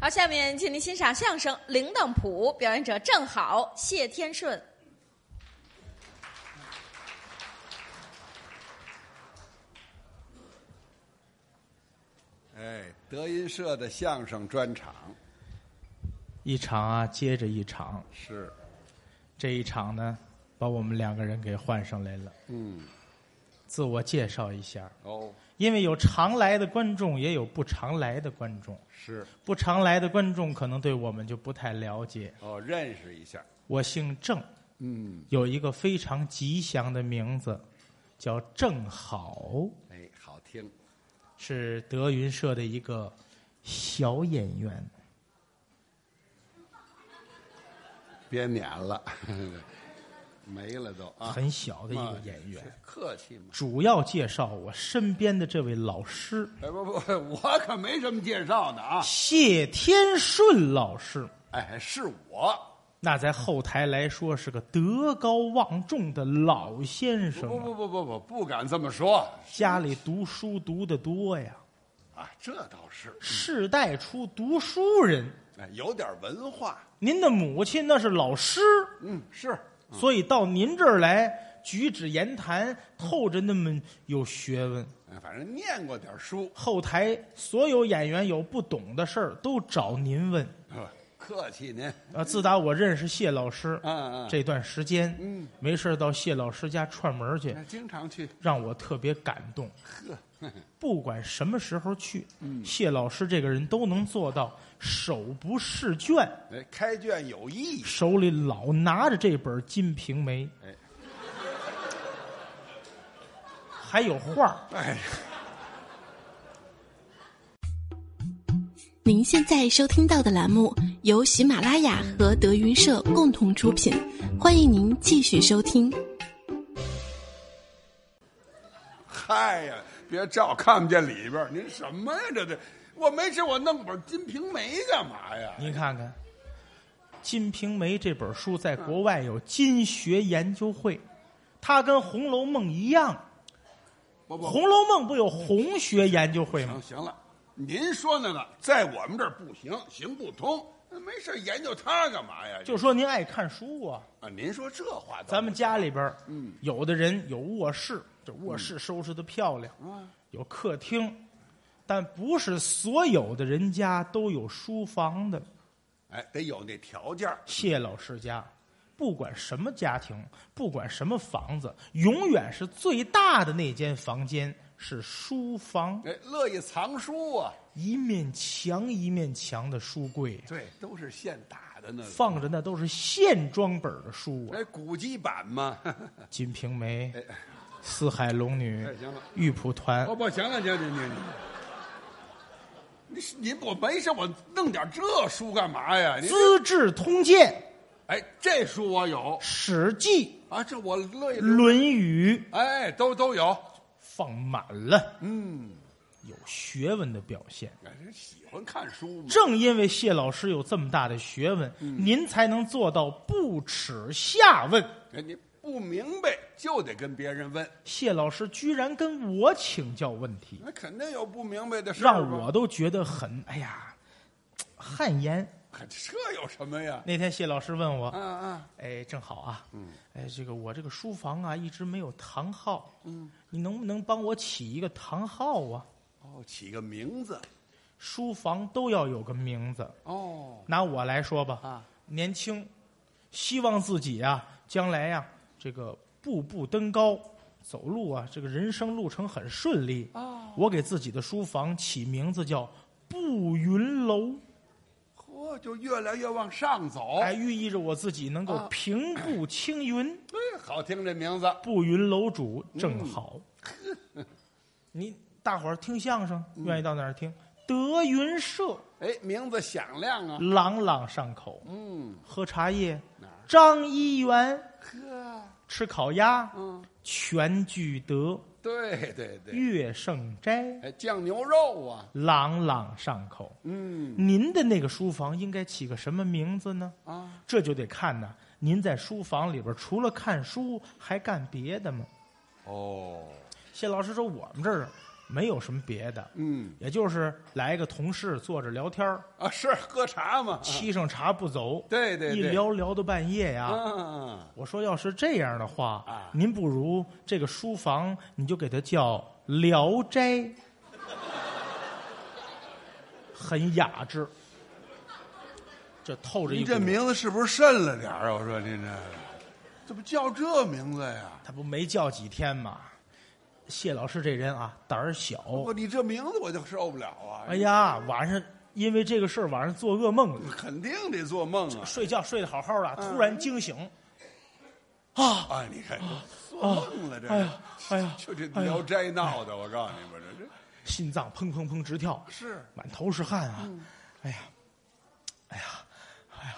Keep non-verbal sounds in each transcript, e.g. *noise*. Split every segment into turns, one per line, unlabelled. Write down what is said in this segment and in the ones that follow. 好，下面请您欣赏相声《铃铛谱》，表演者正好、谢天顺。
哎，德云社的相声专场
一场啊接着一场，
是，
这一场呢，把我们两个人给换上来了。
嗯，
自我介绍一下，
哦，
因为有常来的观众，也有不常来的观众。
是，
不常来的观众可能对我们就不太了解。
哦，认识一下，
我姓郑，
嗯，
有一个非常吉祥的名字，叫郑好，
哎，好听，
是德云社的一个小演员。
别撵了， *laughs* 没了都啊，
很小的一个演员
嘛是客气嘛，
主要介绍我身边的这位老师
哎不不， *laughs* 我可没什么介绍的啊，
谢天顺老师。
哎，是我，
那在后台来说是个德高望重的老先生
不
啊、
不不不不，不敢这么说
家里读书读得多呀，
啊，这倒是，
世代出读书人。
哎，有点文化，
您的母亲那是老师，
嗯，是，
所以到您这儿来，举止言谈透着那么有学问。
哎反正念过点书，
后台所有演员有不懂的事儿都找您问。
啊客气您，
啊，自打我认识谢老师，
嗯嗯
这段时间，
嗯，
没事儿到谢老师家串门儿去，
哎经常去，
让我特别感动。
呵，嗯
不管什么时候去，谢老师这个人都能做到手不释卷，
哎，开卷有益，
手里老拿着这本《金瓶梅》，
哎
还有画儿
哎。
您现在收听到的栏目由喜马拉雅和德云社共同出品，欢迎您继续收听。
嗨呀，别照看不见里边儿，您什么呀？这这，我没事，我弄本《金瓶梅》干嘛呀？
您看看，《金瓶梅》这本书在国外有金学研究会，它跟《红楼梦》一样，
不
《
不，
红楼梦》不有红学研究会
啊行
吗？
行了，您说那个在我们这儿不行，行不通，没事研究它干嘛呀？
就说您爱看书啊，
啊，您说这话倒是，
咱们家里边儿
嗯，
有的人有卧室，这卧室收拾的漂亮，
啊，
有客厅，但不是所有的人家都有书房的。
哎，得有那条件儿，
谢老师家，不管什么家庭，不管什么房子，永远是最大的那间房间是书房，
哎，乐意藏书啊，
一面墙一面墙的书柜，
对，都是现打的那个，
放着那都是线装本儿的书啊，
哎，古籍版嘛，
《金瓶梅》
哎
《四海龙女
哎》行
《
了
玉蒲
*laughs*
团
哦》，不，行了，行行行行。您您我没事，我弄点这书干嘛呀？
《
您
资治通鉴》
哎，这书我有，
《史记》
啊，这我乐意
《论语》
哎，都都有。
放满了，
嗯，
有学问的表现。
哎，人喜欢看书嘛。
正因为谢老师有这么大的学问，
嗯
您才能做到不耻下问。
哎，你不明白就得跟别人问，
谢老师居然跟我请教问题，
那肯定有不明白的事儿吧。
让我都觉得很哎呀，汗颜。
哎这有什么呀？
那天谢老师问我，
嗯嗯，
哎，正好啊，哎，这个我这个书房啊一直没有堂号，
嗯
你能不能帮我起一个堂号啊？
哦，起个名字。
书房都要有个名字，
哦，
拿我来说吧，
啊，
年轻，希望自己啊，将来呀、这个步步登高，走路啊，这个人生路程很顺利。
哦
我给自己的书房起名字叫“步云楼”，
嚯，就越来越往上走。
哎，寓意着我自己能够
啊
平步青云。
哎，好听这名字。
步云楼主正好，
嗯
*laughs* 你大伙儿听相声，愿意到哪儿听？德云社
哎，名字响亮啊。
朗朗上口，
嗯，
喝茶叶
哪儿，
张一元
呵，
吃烤鸭，
嗯，
全聚德。
对对对。
月盛斋，
哎，酱牛肉啊。
朗朗上口。
嗯
您的那个书房应该起个什么名字呢？
啊，
这就得看呢、您在书房里边除了看书还干别的吗？
哦，
谢老师说我们这儿没有什么别的，
嗯
也就是来个同事坐着聊天儿
啊，是喝茶嘛，
沏上茶不走，
对对
一
对
聊聊到半夜呀、
啊，
我说，要是这样的话，
啊
您不如这个书房，你就给它叫《聊斋》，很雅致。这透着一
您
股
这，名字是不是渗了点儿啊？我说您这，怎么叫这名字呀？
他不没叫几天吗？谢老师这人啊，胆儿小。
不，你这名字我就受不了啊！
哎，呀，晚上因为这个事儿，晚上做噩梦了，
肯定得做梦啊！
睡觉睡得好好的，
嗯
突然惊醒，啊，
哎，你看做梦了，这
哎呀，哎呀，
就这《
哎呀
聊斋》闹的，我告诉你们，这这
心脏砰砰砰直跳，
是
满头是汗啊！
嗯
哎呀，哎呀，哎呀，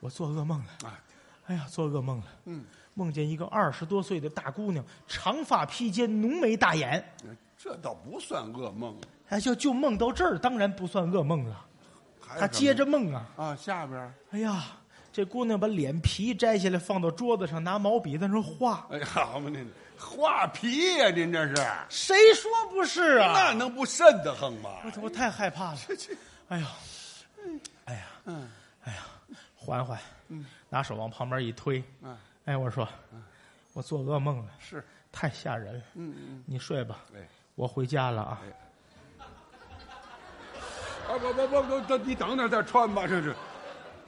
我做噩梦了！
啊，
哎呀，做噩梦了！
嗯，
梦见一个二十多岁的大姑娘，长发披肩，浓眉大眼。
这倒不算噩梦，
哎，就就梦到这儿，当然不算噩梦了。
还有什哎
她
么
接着梦啊！
啊，下边儿，
哎呀，这姑娘把脸皮摘下来，放到桌子上，拿毛笔在那儿画。
哎呀，好嘛，您画皮呀、您这是，
谁说不是啊？
那能不瘆得慌吗
我？我太害怕了。
这
哎呀，哎呀，
嗯
哎呀，缓缓，拿手往旁边一推，
啊，
哎，我说，我做噩梦了，
是，
太吓人了，
嗯嗯，哎
你睡吧，
对。
我回家了啊。
啊不不不不，这你等等再穿吧，这是，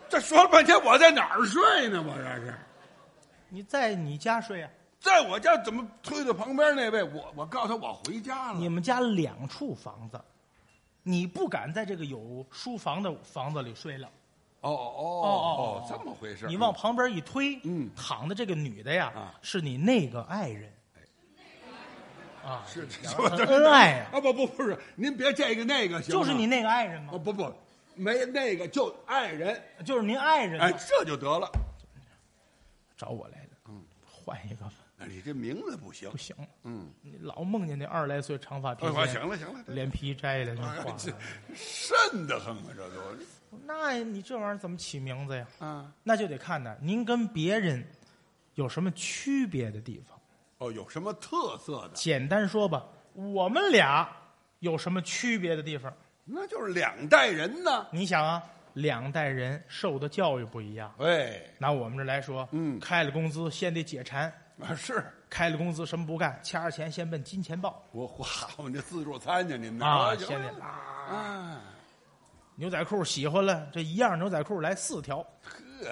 这说了半天我在哪儿睡呢？我这是，
你在你家睡啊？
在我家怎么推到旁边那位？我我告诉他我回家
你
了。
们家两处房子，你不敢在这个有书房的房子里睡了。
哦
哦
哦哦，这么回事儿？
你往旁边一推，
嗯
躺的这个女的呀，
啊
是你那个爱人，啊，
哎是是
很 *laughs* 恩爱呀、
啊不不不是，您别这个那个行吗
就是你那个爱人吗
啊？不不，没那个就爱人，
就是您爱人吗？
哎，这就得了。
找我来的，嗯，换一个吧，
哎你这名字不行
不，行，
嗯，
你老梦见那二十来岁长发披
哎我
肩，
行了行了，这
脸皮摘了就
哎
挂
这
了。
*laughs* 瘆得很啊，这都
那你这玩意儿怎么起名字呀？
啊
那就得看呢，您跟别人有什么区别的地方？
哦，有什么特色的？
简单说吧，我们俩有什么区别的地方？
那就是两代人呢。
你想啊，两代人受的教育不一样。
哎，
拿我们这来说，
嗯
开了工资先得解馋，
啊是，
开了工资什么不干，掐着钱先奔金钱豹
我哇，我们这自助餐去，您那
啊，
行
先得
了
拉
啊，
牛仔裤喜欢了，这一样牛仔裤来四条，
呵，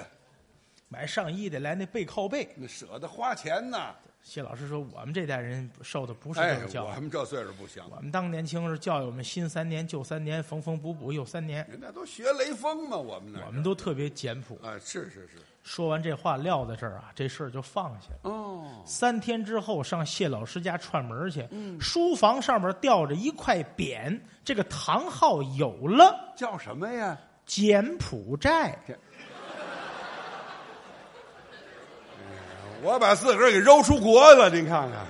买上衣得来那背靠背。
那舍得花钱呐。
谢老师说，我们这代人受的不是
哎
这个，啊教育，
我们这岁数不行，
我们当年轻时教育我们新三年旧三年，缝缝补补又三年，
人家都学雷锋嘛，我们那
我们都特别简朴。
啊是是是，
说完这话撂在这儿啊，这事儿就放下了。
哦，嗯
三天之后上谢老师家串门去，书房上面吊着一块匾，这个堂号有了
叫什么呀？
柬埔寨。
我把自个儿给揉出国了，您看看。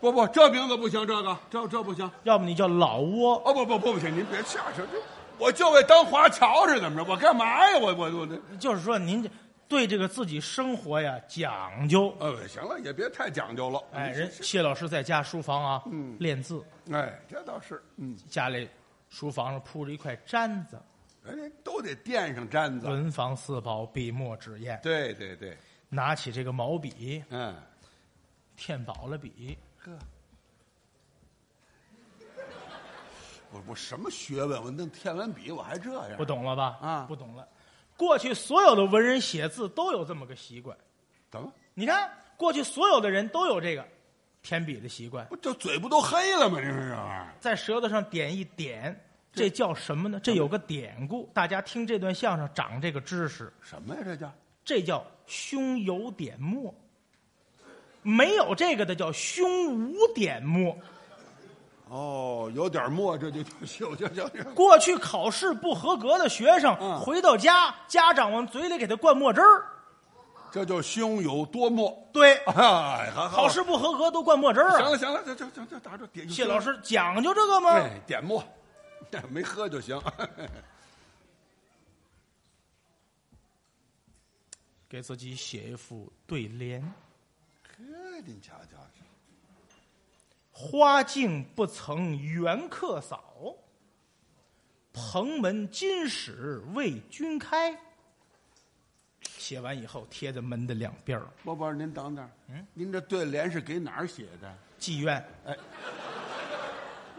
不不，这名字不行，这个这这不行。
要么你叫老挝，
哦不不不不行，您别下手，这我就为当华侨是怎么着？我干嘛呀？我我我这，
就是说您这对这个自己生活呀讲究。
呃，行了，也别太讲究了。
哎，人
是嗯
谢老师在家书房啊，练字，
哎，这倒是，嗯，
家里书房上铺着一块毡子，
人家都得垫上毡子。
文房四宝、笔墨纸砚，
对对对，
拿起这个毛笔，
嗯，
填饱了笔，
呵，我我什么学问？我那添完笔我还这样？
不懂了吧？
啊
不懂了。过去所有的文人写字都有这么个习惯，
怎么？
你看，过去所有的人都有这个添笔的习惯，
不就嘴不都黑了吗？您说这玩意儿？
在舌头上点一点，这叫什么呢？这有个典故，大家听这段相声长这个知识，
什么呀？这叫
这叫胸有点墨。没有这个的叫胸无点墨。
哦，有点墨，这就就就就就就
过去考试不合格的学生、
嗯
回到家，家长往嘴里给他灌墨汁儿。
这就胸有多墨。
对，
哎，好
考试不合格都灌墨汁儿啊。啊
行了行了，这这这这打住，点
谢老师讲究这个吗？
哎，点墨，没喝就行。
给自己写一副对联，
呵，您瞧瞧，
花径不曾缘客扫，蓬门今始为君开。”写完以后贴在门的两边儿，
波波，您等等，嗯，您这对联是给哪儿写的？
妓院。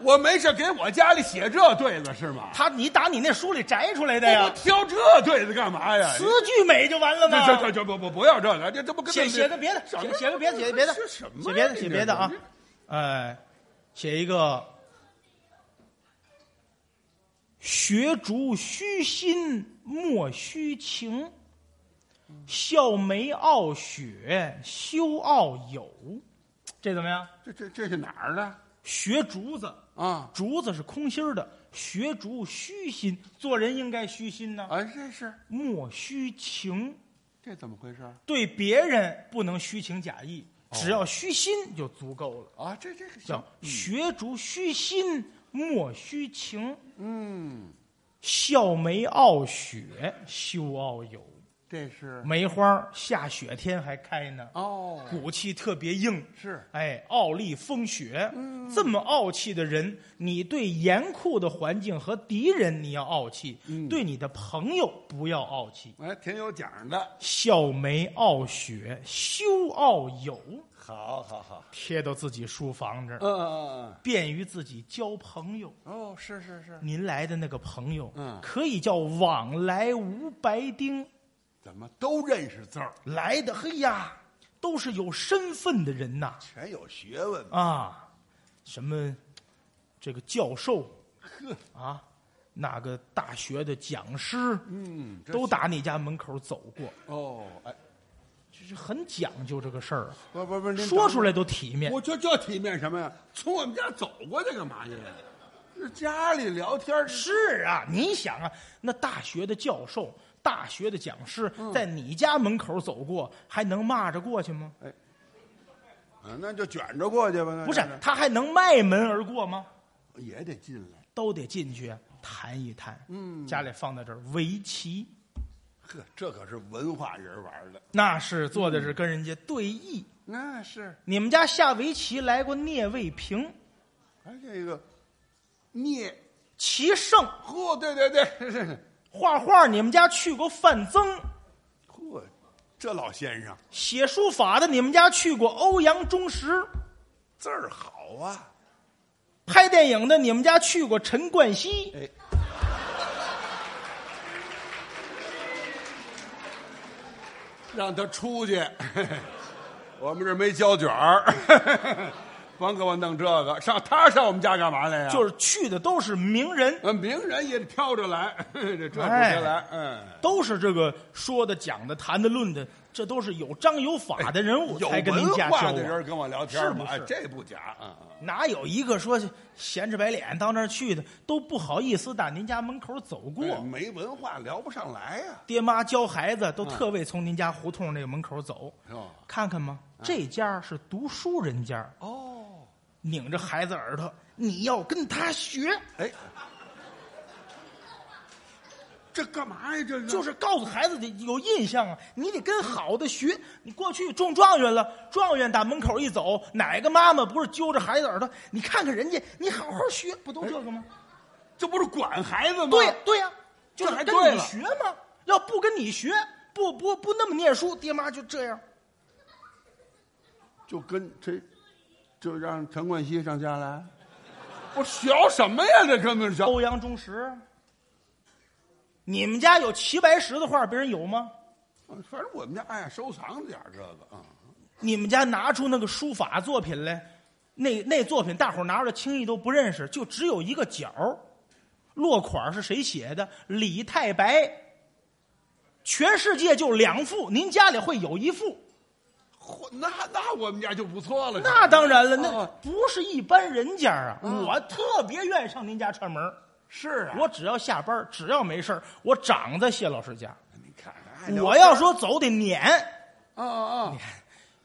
我没事给我家里写这对子是吗？
他你打你那书里摘出来的
我
呀，
挑这对子干嘛呀？
词句美就完了
这这
吗
这？这不不不要这个，这这不跟
啊写写个别的，
什么
写写个别的，写个别的，
这是什么呀？
写别的，
你这
写别的啊，呃，写一个学竹虚心莫虚情，笑眉傲雪羞傲有，这怎么样？
这这这是哪儿的
学竹子，
啊？
竹子是空心儿的，学竹虚心，做人应该虚心呢。
啊，这是
莫虚情，
这怎么回事啊？
对别人不能虚情假意，只要虚心就足够了。
啊这这个
叫
哦行，
学竹虚心，莫虚情。
嗯，
笑眉傲雪，羞傲有。
这是
梅花下雪天还开呢，
哦，
骨气特别硬。
是
哎，傲立风雪，
嗯
这么傲气的人，你对严酷的环境和敌人你要傲气，
嗯
对你的朋友不要傲气。
我还哎挺有讲的。
笑眉傲雪，羞傲有，
好好好，
贴到自己书房这儿，
嗯嗯
便于自己交朋友。
嗯，哦，是是是，
您来的那个朋友，
嗯
可以叫往来无白丁，
怎么都认识字儿，
来的嘿呀，都是有身份的人呐
全有学问。
啊，什么这个教授
呵，
啊，那个大学的讲师，
嗯，这
都打你家门口走过，
哦，哎，
这是很讲究这个事儿啊，
不不不，您
说出
来。
来都体面。
我就这体面什么呀？从我们家走过去干嘛去呀？这家里聊天是
是啊，你想啊，那大学的教授、大学的讲师，在你家门口走过，还能骂着过去吗？
啊，那就卷着过去吧。那
不是
那，
他还能迈门而过吗？
那也得进来。
都得进去谈一谈。嗯，家里放在这儿围棋，
呵，这可是文化人玩的。
那是坐在这儿跟人家对弈。
那是，
你们家下围棋来过聂卫平、
哎，这个聂，
棋圣，
嚯，对对对，是是是，
画画你们家去过范增，
嚯，这老先生
写书法的你们家去过欧阳中石，
字儿好啊。
拍电影的你们家去过陈冠希。
哎，让他出去， *laughs* 我们这儿没胶卷儿， *laughs* 甭给我弄这个。上他上我们家干嘛来呀？
就是是去的都是名人，
呃，名人也得挑着来， *laughs* 这这不
哎
着来，嗯。
都是这个说的、讲的、谈的、论的，这都是有章有法的人物
哎有
才跟您
文
家交
化
往。
的人跟我聊天
是
嘛
不，
哎
是，
这不假啊。嗯
哪有一个说闲着白脸到那儿去的，都不好意思打您家门口走过。
对嗯没文化聊不上来呀、
爹妈教孩子都特为从您家胡同那个门口走，
是吧？
看看吗？这家是读书人家，
嗯哦，
拧着孩子耳朵，你要跟他学，
哎，这干嘛呀？这个
就是告诉孩子得有印象啊，你得跟好的学。你过去中状元了，状元打门口一走，哪个妈妈不是揪着孩子耳朵？你看看人家，你好好学，不都这个吗？
这不是管孩子吗？
哎对对呀、就是
这还
跟
对
你
了
学嘛。要不跟你学，不不不那么念书，爹妈就这样。
就跟这，就让陈冠希上家
*laughs*
来。我学什么呀？这根本是
欧阳中石，你们家有齐白石的画，别人有吗？
反正我们家爱收藏点儿这个啊。
你们家拿出那个书法作品来，那那作品大伙儿拿出来轻易都不认识，就只有一个角儿落款是谁写的？李太白。全世界就两幅，您家里会有一幅，
嚯那那我们家就不错了。
那当然了，那
哦
不是一般人家啊！我特别愿意上您家串门儿
是啊。
我只要下班儿，只要没事儿我长在谢老师家。
你看，爱聊
我要说走得撵，
啊啊啊！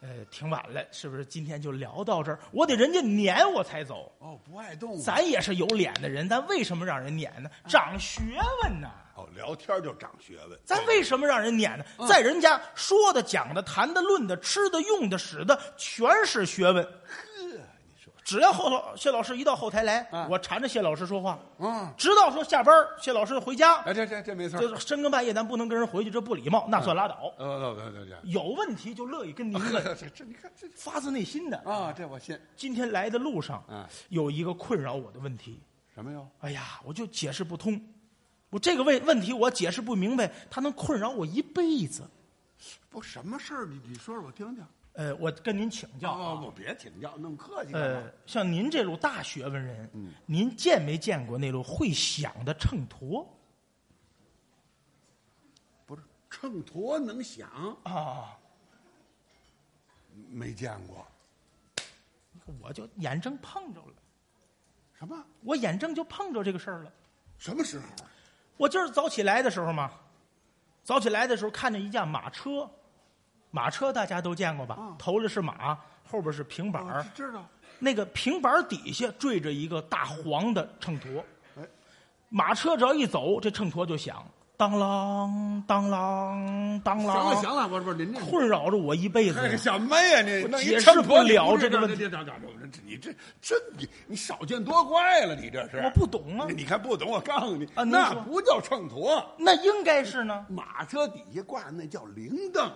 呃，挺晚了，是不是？今天就聊到这儿，我得人家撵我才走。
哦，不爱动。
咱也是有脸的人，咱为什么让人撵呢？
啊
长学问呐、
哦，聊天就长学问。
咱为什么让人撵呢？
嗯
在人家说的、讲的、谈的、论的、吃的、用的、使的，全是学问。
呵，你说
只要后头谢老师一到后台来，
啊
我缠着谢老师说话，
嗯，
直到说下班儿谢老师回家，
哎，嗯这这这没错儿。
就是深更半夜咱不能跟人回去，这不礼貌，那算拉倒。
呃，对对对
有问题就乐
*laughs*
意跟您
对，
问，
这这你看这
发自内心的。
啊，这我信。
今天来的路上
嗯，
有一个困扰我的问题，
什么哟？
哎呀，我就解释不通，我这个问问题我解释不明白，它能困扰我一辈子。
不，什么事儿？你你说说我听听。
呃，我跟您请教啊
哦，我别请教，那么客气干嘛
呃？，像您这路大学问人，您见没见过那路会响的秤砣
不是秤砣能响，
啊？
没见过。
我就眼睁碰着了，
什么？
我眼睁就碰着这个事儿了。
什么时候？
我今儿早起来的时候嘛，早起来的时候看见一架马车，马车大家都见过吧？
嗯
头里是马，后边是平板儿
我知道。
那个平板儿底下坠着一个大黄的秤砣
哎，
马车只要一走，这秤砣就响，当啷当啷当啷。
行了哎行了，我说您这
困扰着我一辈子。
那个什么呀？你
我
弄一
解释
秤砣
不
你
了
是
这个问题
这这这这你这真你你少见多怪了，你这是
我不懂啊
哎你你看不懂，我告诉你，
啊您
那
说
不叫秤砣，
那应该是呢，
马车底下挂的那叫铃铛，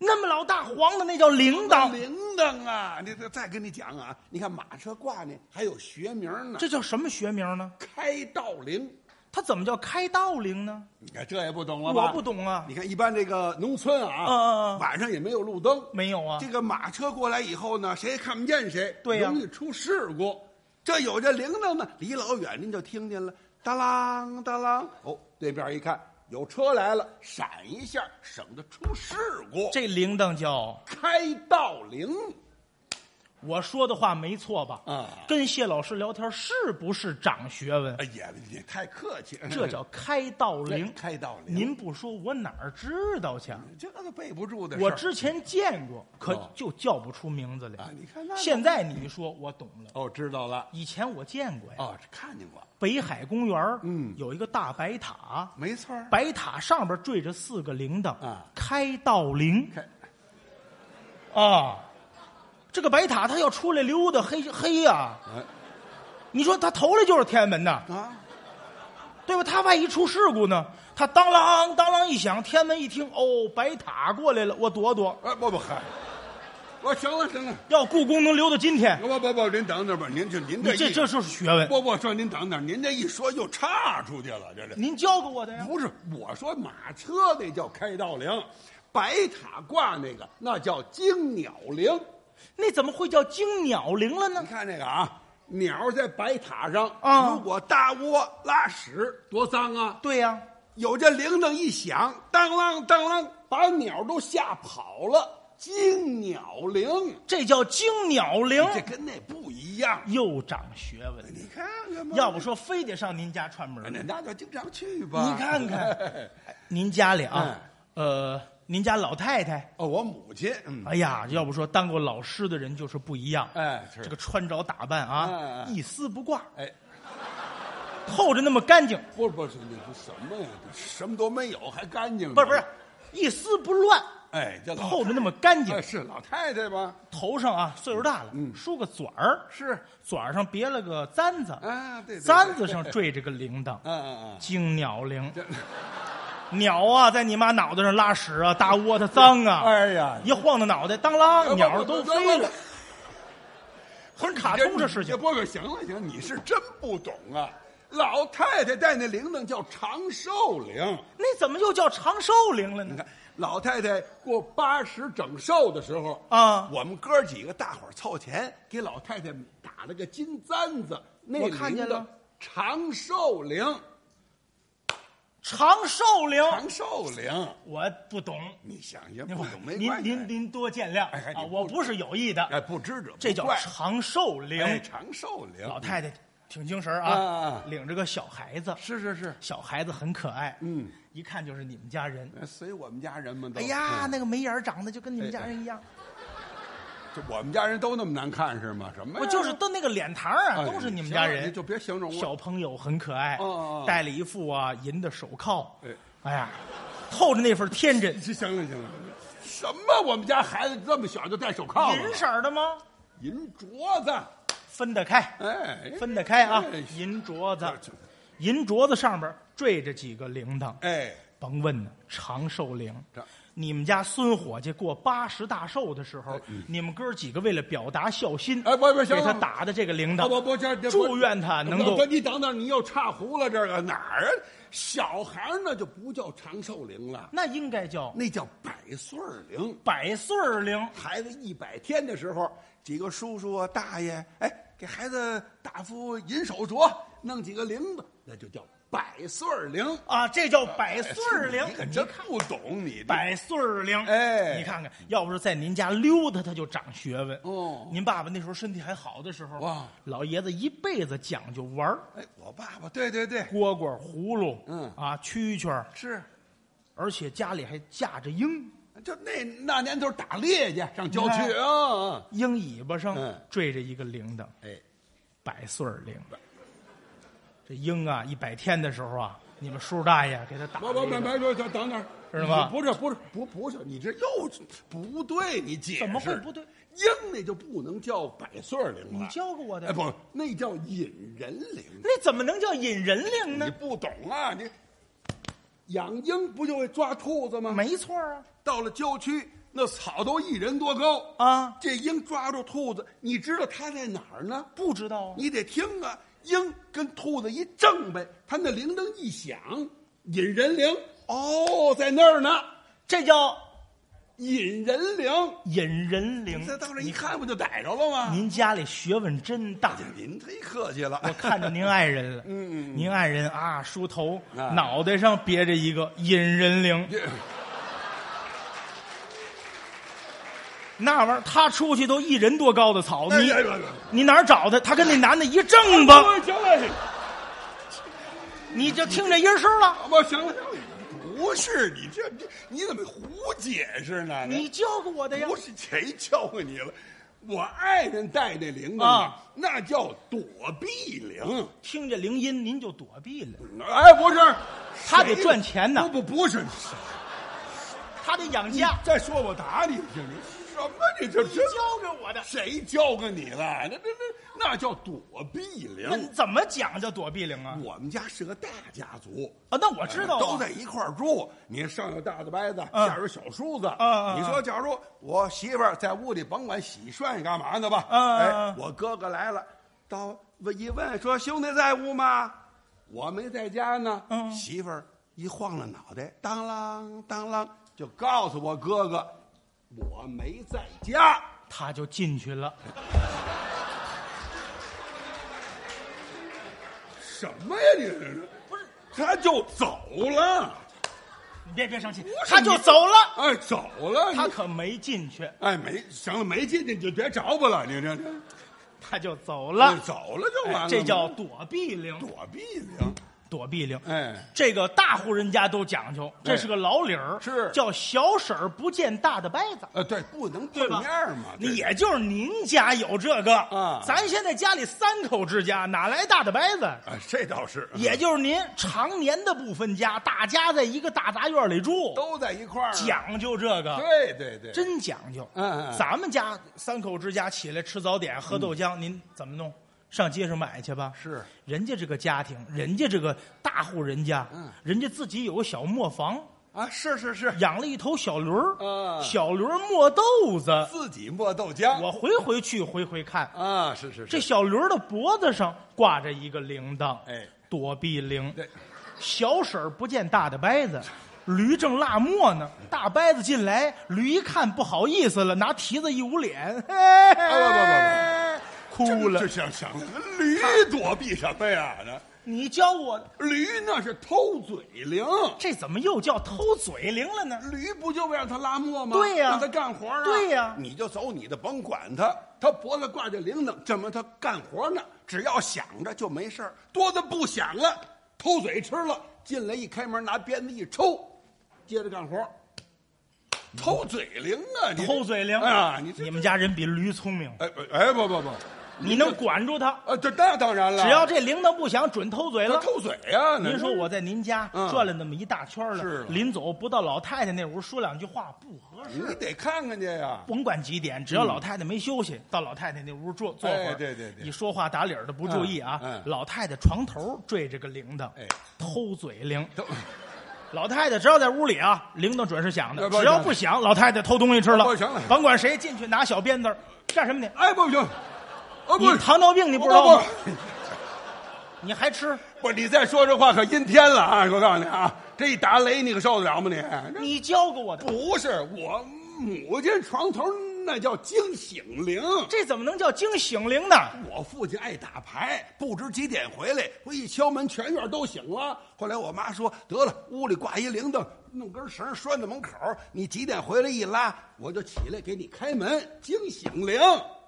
那么老大黄的那叫铃铛，
铃铛啊！你这再跟你讲啊，你看马车挂那还有学名呢，
这叫什么学名呢？
开道铃。
它怎么叫开道铃呢？
你看这也不懂了吧？
我不。懂啊
你，看一般这个农村啊，
嗯嗯嗯
晚上也没有路灯，
没有啊
这，个马车过来以后呢，谁也看不见谁，
对呀
容易出事故。这有这铃铛呢，离老远您就听见了，当啷当啷。哦，对面一看有车来了，闪一下，省得出事故。
这铃铛叫
开道铃，
我说的话没错吧？
啊
跟谢老师聊天是不是长学问？
哎呀，你太客气，
这叫开道铃。
开道铃
您不说，我哪儿知道去啊？
这个都背不住的事儿。
我之前见过，可
哎哦
就叫不出名字来。
啊你看那
现在你一说，我懂了。
哦，知道了
以前我见过呀，
哦，看见过，
北海公园
嗯
有一个大白塔，
没错儿。
白塔上边坠着四个铃铛
啊
开道铃
开
啊。这个白塔它要出来溜达，黑黑呀、
哎
你说它头来就是天安门呐，
啊，
对吧？它万一出事故呢？它当啷当啷一响，天安门一听，哦，白塔过来了，我躲躲。
哎，不不，嗨，我行了行了。
要故宫能留到今天，
不不不，您等等吧，您就您
你
这
这
一
这就是学
*laughs*
问。
不不，说您等等，您这一说又岔出去了，这是
您教给我的呀？
不是？我说马车那叫开道铃，白塔挂那个那叫惊鸟铃。
那怎么会叫惊鸟铃了呢
你？看这个啊，鸟在白塔上，
啊
如果搭窝拉屎多脏啊！
对呀、
有这铃铛一响，当啷当啷，把鸟都吓跑了，惊鸟铃，
这叫惊鸟铃，
这跟那不一样。
又长学问。
你看看吧，哎
要不说非得上您家串门
那
儿。
那就经常去吧。
你看看，
哎
您家里啊，
嗯
呃，您家老太太，
*laughs* 哦，我母亲，嗯，
哎呀，要不说当过老师的人就是不一样。
哎是
这个穿着打扮啊
哎，哎
一丝不挂，
哎，嗯
透着那么干净，
不是不是，你这什么呀？这什么都没有，还干净呢？
不是不是，一丝不乱，
哎，这老
透着那么干净
哎，是老太太吧？
头上啊岁数大了，梳个嘴儿，
是，
嘴儿上别了个簪子，
啊对对对
簪子上坠着个
*laughs*
铃铛，
嗯嗯
惊鸟铃。
嗯，
鸟啊，在你妈脑袋上拉屎啊，大窝它脏啊，
*laughs* 哎呀哎
一晃到脑袋，当
这
啷，鸟儿都飞了，。很卡
你这
通这事
你
情。
哎不不，行了行了，你是真不懂啊！老太太戴那铃铛叫长寿铃，
那怎么又叫长寿铃了
你
呢
看？老太太过八十整寿的时候
啊
我们哥几个大伙儿凑钱给老太太打了个金簪子，那
我看见
铃铛
了
长寿铃，
长寿铃，
长寿铃。
我不懂，
你想也不懂没
您
关系。
您您多见谅
哎哎
啊，
你不
我不是有意的，
哎，不知者不
这叫
怪
长寿
哎
铃。
长寿灵。
老太太挺精神儿
啊
啊
啊，
领着个小孩子，
是是是，
小孩子很可爱，
嗯，
一看就是你们家人。
哎随我们家人们都。
哎呀，
嗯
那个眉眼儿长得就跟你们家人一样，
哎这我们家人都那么难看是吗？什么呀？
我就是都那个脸膛儿啊，
哎
都是你们家
行了
人
你。就别形容我。
小朋友很可爱
哦哦哦，
戴了一副啊银的手铐
哎，
哎呀，透着那份
*laughs*
天真。
*laughs* 行了行了，什么？我们家孩子这么小就戴手铐了？
银色儿的吗？
银镯子，
分得开，
哎，
分得开啊
哎！
银镯子
这，
银镯子上边缀着几个铃铛，
哎，
甭问呢，长寿铃
这。
你们家孙伙计过八十大寿的时候，你们哥几个为了表达孝心，
嗯哎不不行
给他
了
打的这个铃铛，
不不不，这这
祝愿他能够
不，你等等，你又岔胡了，这个哪儿啊？小孩儿那就不叫长寿铃了，
那应该叫
那叫百岁儿铃。
百岁儿铃。
孩子一百天的时候，几个叔叔啊、大爷，哎，给孩子打副银手镯，弄几个铃子，那就叫百岁儿铃。哎
啊，这叫百岁儿铃
你。可真不懂你这
百岁儿铃，
哎
你看看，要不是在您家溜达，他就长学问。
哦
您爸爸那时候身体还好的时候，
哇
老爷子一辈子讲究玩儿，
哎，我爸爸，对对对，
蝈蝈、葫芦，
嗯
啊，蛐蛐儿，
是，
而且家里还架着鹰，
就那那年头打猎去，上郊
哎
区啊，啊
鹰尾巴上
嗯
缀着一个铃铛，
哎，
百岁儿铃。这鹰啊，一百天的时候啊，你们叔大爷给他打
不
了
不
一
不，
个，
别说，等等等，
知道吗
不是不是不不是，你这又不对，你解释
怎么会不对？
鹰那就不能叫百岁儿铃了，
你教过我的
哎，不，那叫引人铃。
那怎么能叫引人铃
你
呢？
不懂啊，你养鹰不就会抓兔子吗？
没错儿啊，
到了郊区，那草都一人多高
啊
这鹰抓住兔子，你知道它在哪儿呢？
不知道啊。
你得听啊，鹰跟兔子一正呗，它那铃铛一响，引人铃哦，在那儿呢，
这叫
引人铃。
引人铃。
这到这一看，不就逮着了吗？
您家里学问真
*laughs*
大，
您忒客气了，
我看着您爱人了。
嗯嗯嗯
您爱人啊，梳头，
啊
脑袋上别着一个引人铃，
这
那玩意儿他出去都一人多高的草，
哎
你
哎哎哎
你哪儿找他？他跟那男的一正吧，
行了，
你就听这音儿声儿了。
我行了，行了，不是你这你你怎么胡解释呢？
你教给我的呀
不，是谁教给你了？我爱人带那铃铛
啊，嗯
那叫躲避铃。
听着铃音您就躲避了，
哎，不是，
他得
谁
赚钱呢
不不不是，
他得养
你
家。
再说我打你一下，你什么？你这
你
这
教给我的，
谁教给你了？那那那那叫躲避
那你
铃。
怎么讲叫躲避铃啊？
我们家是个大家族，
啊，那我知道
嗯
啊，
都在一块儿住。你上有大的伯子，
嗯
下有小叔子。
嗯嗯
你说，假如我媳妇儿在屋里，甭管洗涮干嘛呢吧？
嗯嗯
哎
嗯，
我哥哥来了，到问一问说兄弟在屋吗？我没在家呢。
嗯
媳妇儿一晃了脑袋，当啷当啷，就告诉我哥哥，我没在家。
他就进去了。
什么呀你这是？不是，他就走了。
你别别生气，
是
他就走了。
哎，走了。
他
你
可没进去，
哎，没行了，没进去你就别找我了，你这这。
他就走了
哎。走了就完了
哎
嘛，
这叫躲避铃，
躲避铃。
躲避铃。
哎，
这个大户人家都讲究，这是个老理儿，
是
叫小婶儿不见大的伯子，
呃，对，不能碰
对吧
面儿嘛，
你
啊对
也就是您家有这个
啊
咱现在家里三口之家，哪来大的伯子？
啊，这倒是，
也就是您常年的不分家，大家在一个大杂院里住，
都在一块儿啊，
讲究这个。
对对对，
真讲究。
嗯嗯嗯
咱们家三口之家起来吃早点、喝豆浆，您怎么弄？上街上买去吧。
嗯是，
人家这个家庭，人家这个大户人家，
嗯
人家自己有个小磨坊，
啊，是是是，
养了一头小驴儿，
嗯
小驴儿磨豆子。
自己磨豆浆，
我回回去回回看，
啊，是是
这
是，
小驴儿的脖子上挂着一个铃铛，
哎
躲避铃。
对
小婶儿不见大的伯子，驴正辣磨呢。大伯子进来，驴一看不好意思了，拿蹄子一捂脸，嘿
啊这
哭了
这。想想驴躲避什么呀？那
你教我的
驴那是偷嘴铃，
这怎么又叫偷嘴铃了呢？
驴不就为让他拉磨吗？
对呀
让他干活啊。
对呀
你就走你的，甭管他。他脖子挂着铃铛，证明他干活呢。只要想着就没事儿，多的不想了，偷嘴吃了。进来一开门，拿鞭子一抽，接着干活。偷嘴铃啊！你
偷嘴铃
啊！你这
你们家人比驴聪明，
哎哎不不不，
你能管住他？
啊，这那当然了，
只要这铃铛不响，准偷嘴
他
了。
偷嘴呀、那
您说我在您家
嗯
转了那么一大圈了，
是了啊
临走不到老太太那屋说两句话不合适。
你得看看去呀，
甭管几点，只要老太太没休息，到老太太那屋坐坐会
嗯
儿。
哎对对对
你说话打理儿的不注意啊，
嗯嗯
老太太床头坠着个铃铛，
哎
偷嘴铃。
都
老太太只要在屋里啊，铃铛准是响的
要，不要
只要不响，老太太偷东西吃了。
不行了
甭管谁进去拿小鞭子儿，干什么你？
哎不行，啊
你
不
糖尿病你
你
不知道吗？你还吃？
不，你再说这话可阴天了啊！我告诉你啊，这一打雷你可受得了吗你？
你教给我的，
不是我母亲床头那叫惊醒铃。
这怎么能叫惊醒铃呢？
我父亲爱打牌，不知几点回来，我一敲门，全院都醒了。后来我妈说，得了，屋里挂一铃铛，弄根绳拴在门口，你几点回来一拉，我就起来给你开门，惊醒铃。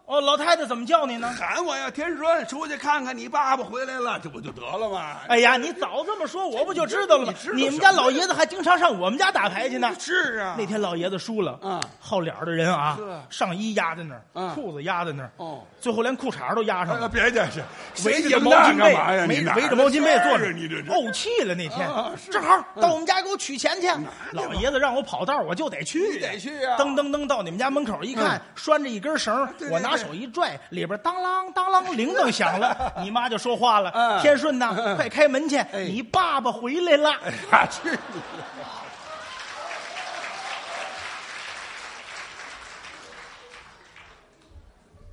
哦，老太太怎么叫你呢？
喊我呀，天顺，出去看看你爸爸回来了，这不就得了吗？
哎呀，你早这么说，我不就知道了吗
你知？道
你们
什
家
么呀
老爷子还经常上我们家打牌去呢。
是啊，
那天老爷子输了，
嗯
好脸儿的人啊
是啊，
上衣压在那儿，
嗯
裤子压在那儿，
哦
最后连裤衩都压上
哎
了，
别介，是
围
谁
着
赢
个啊毛
那
巾
干嘛呀？你
被，围
哪
围着毛巾被坐着，哦
是你这这
怄气了那天
啊是，
正好到我们家给我取钱去，老爷子让我跑道儿，我就得去，
你得去啊嗯
噔噔噔到你们家门口一看，拴着一根绳儿，
对对
我拿手一拽，里边当啷当啷铃铛响
*laughs*
了，你妈就说话了，
嗯
天顺呐，快开门去，
哎
你爸爸回来了。
哎呀，去你的！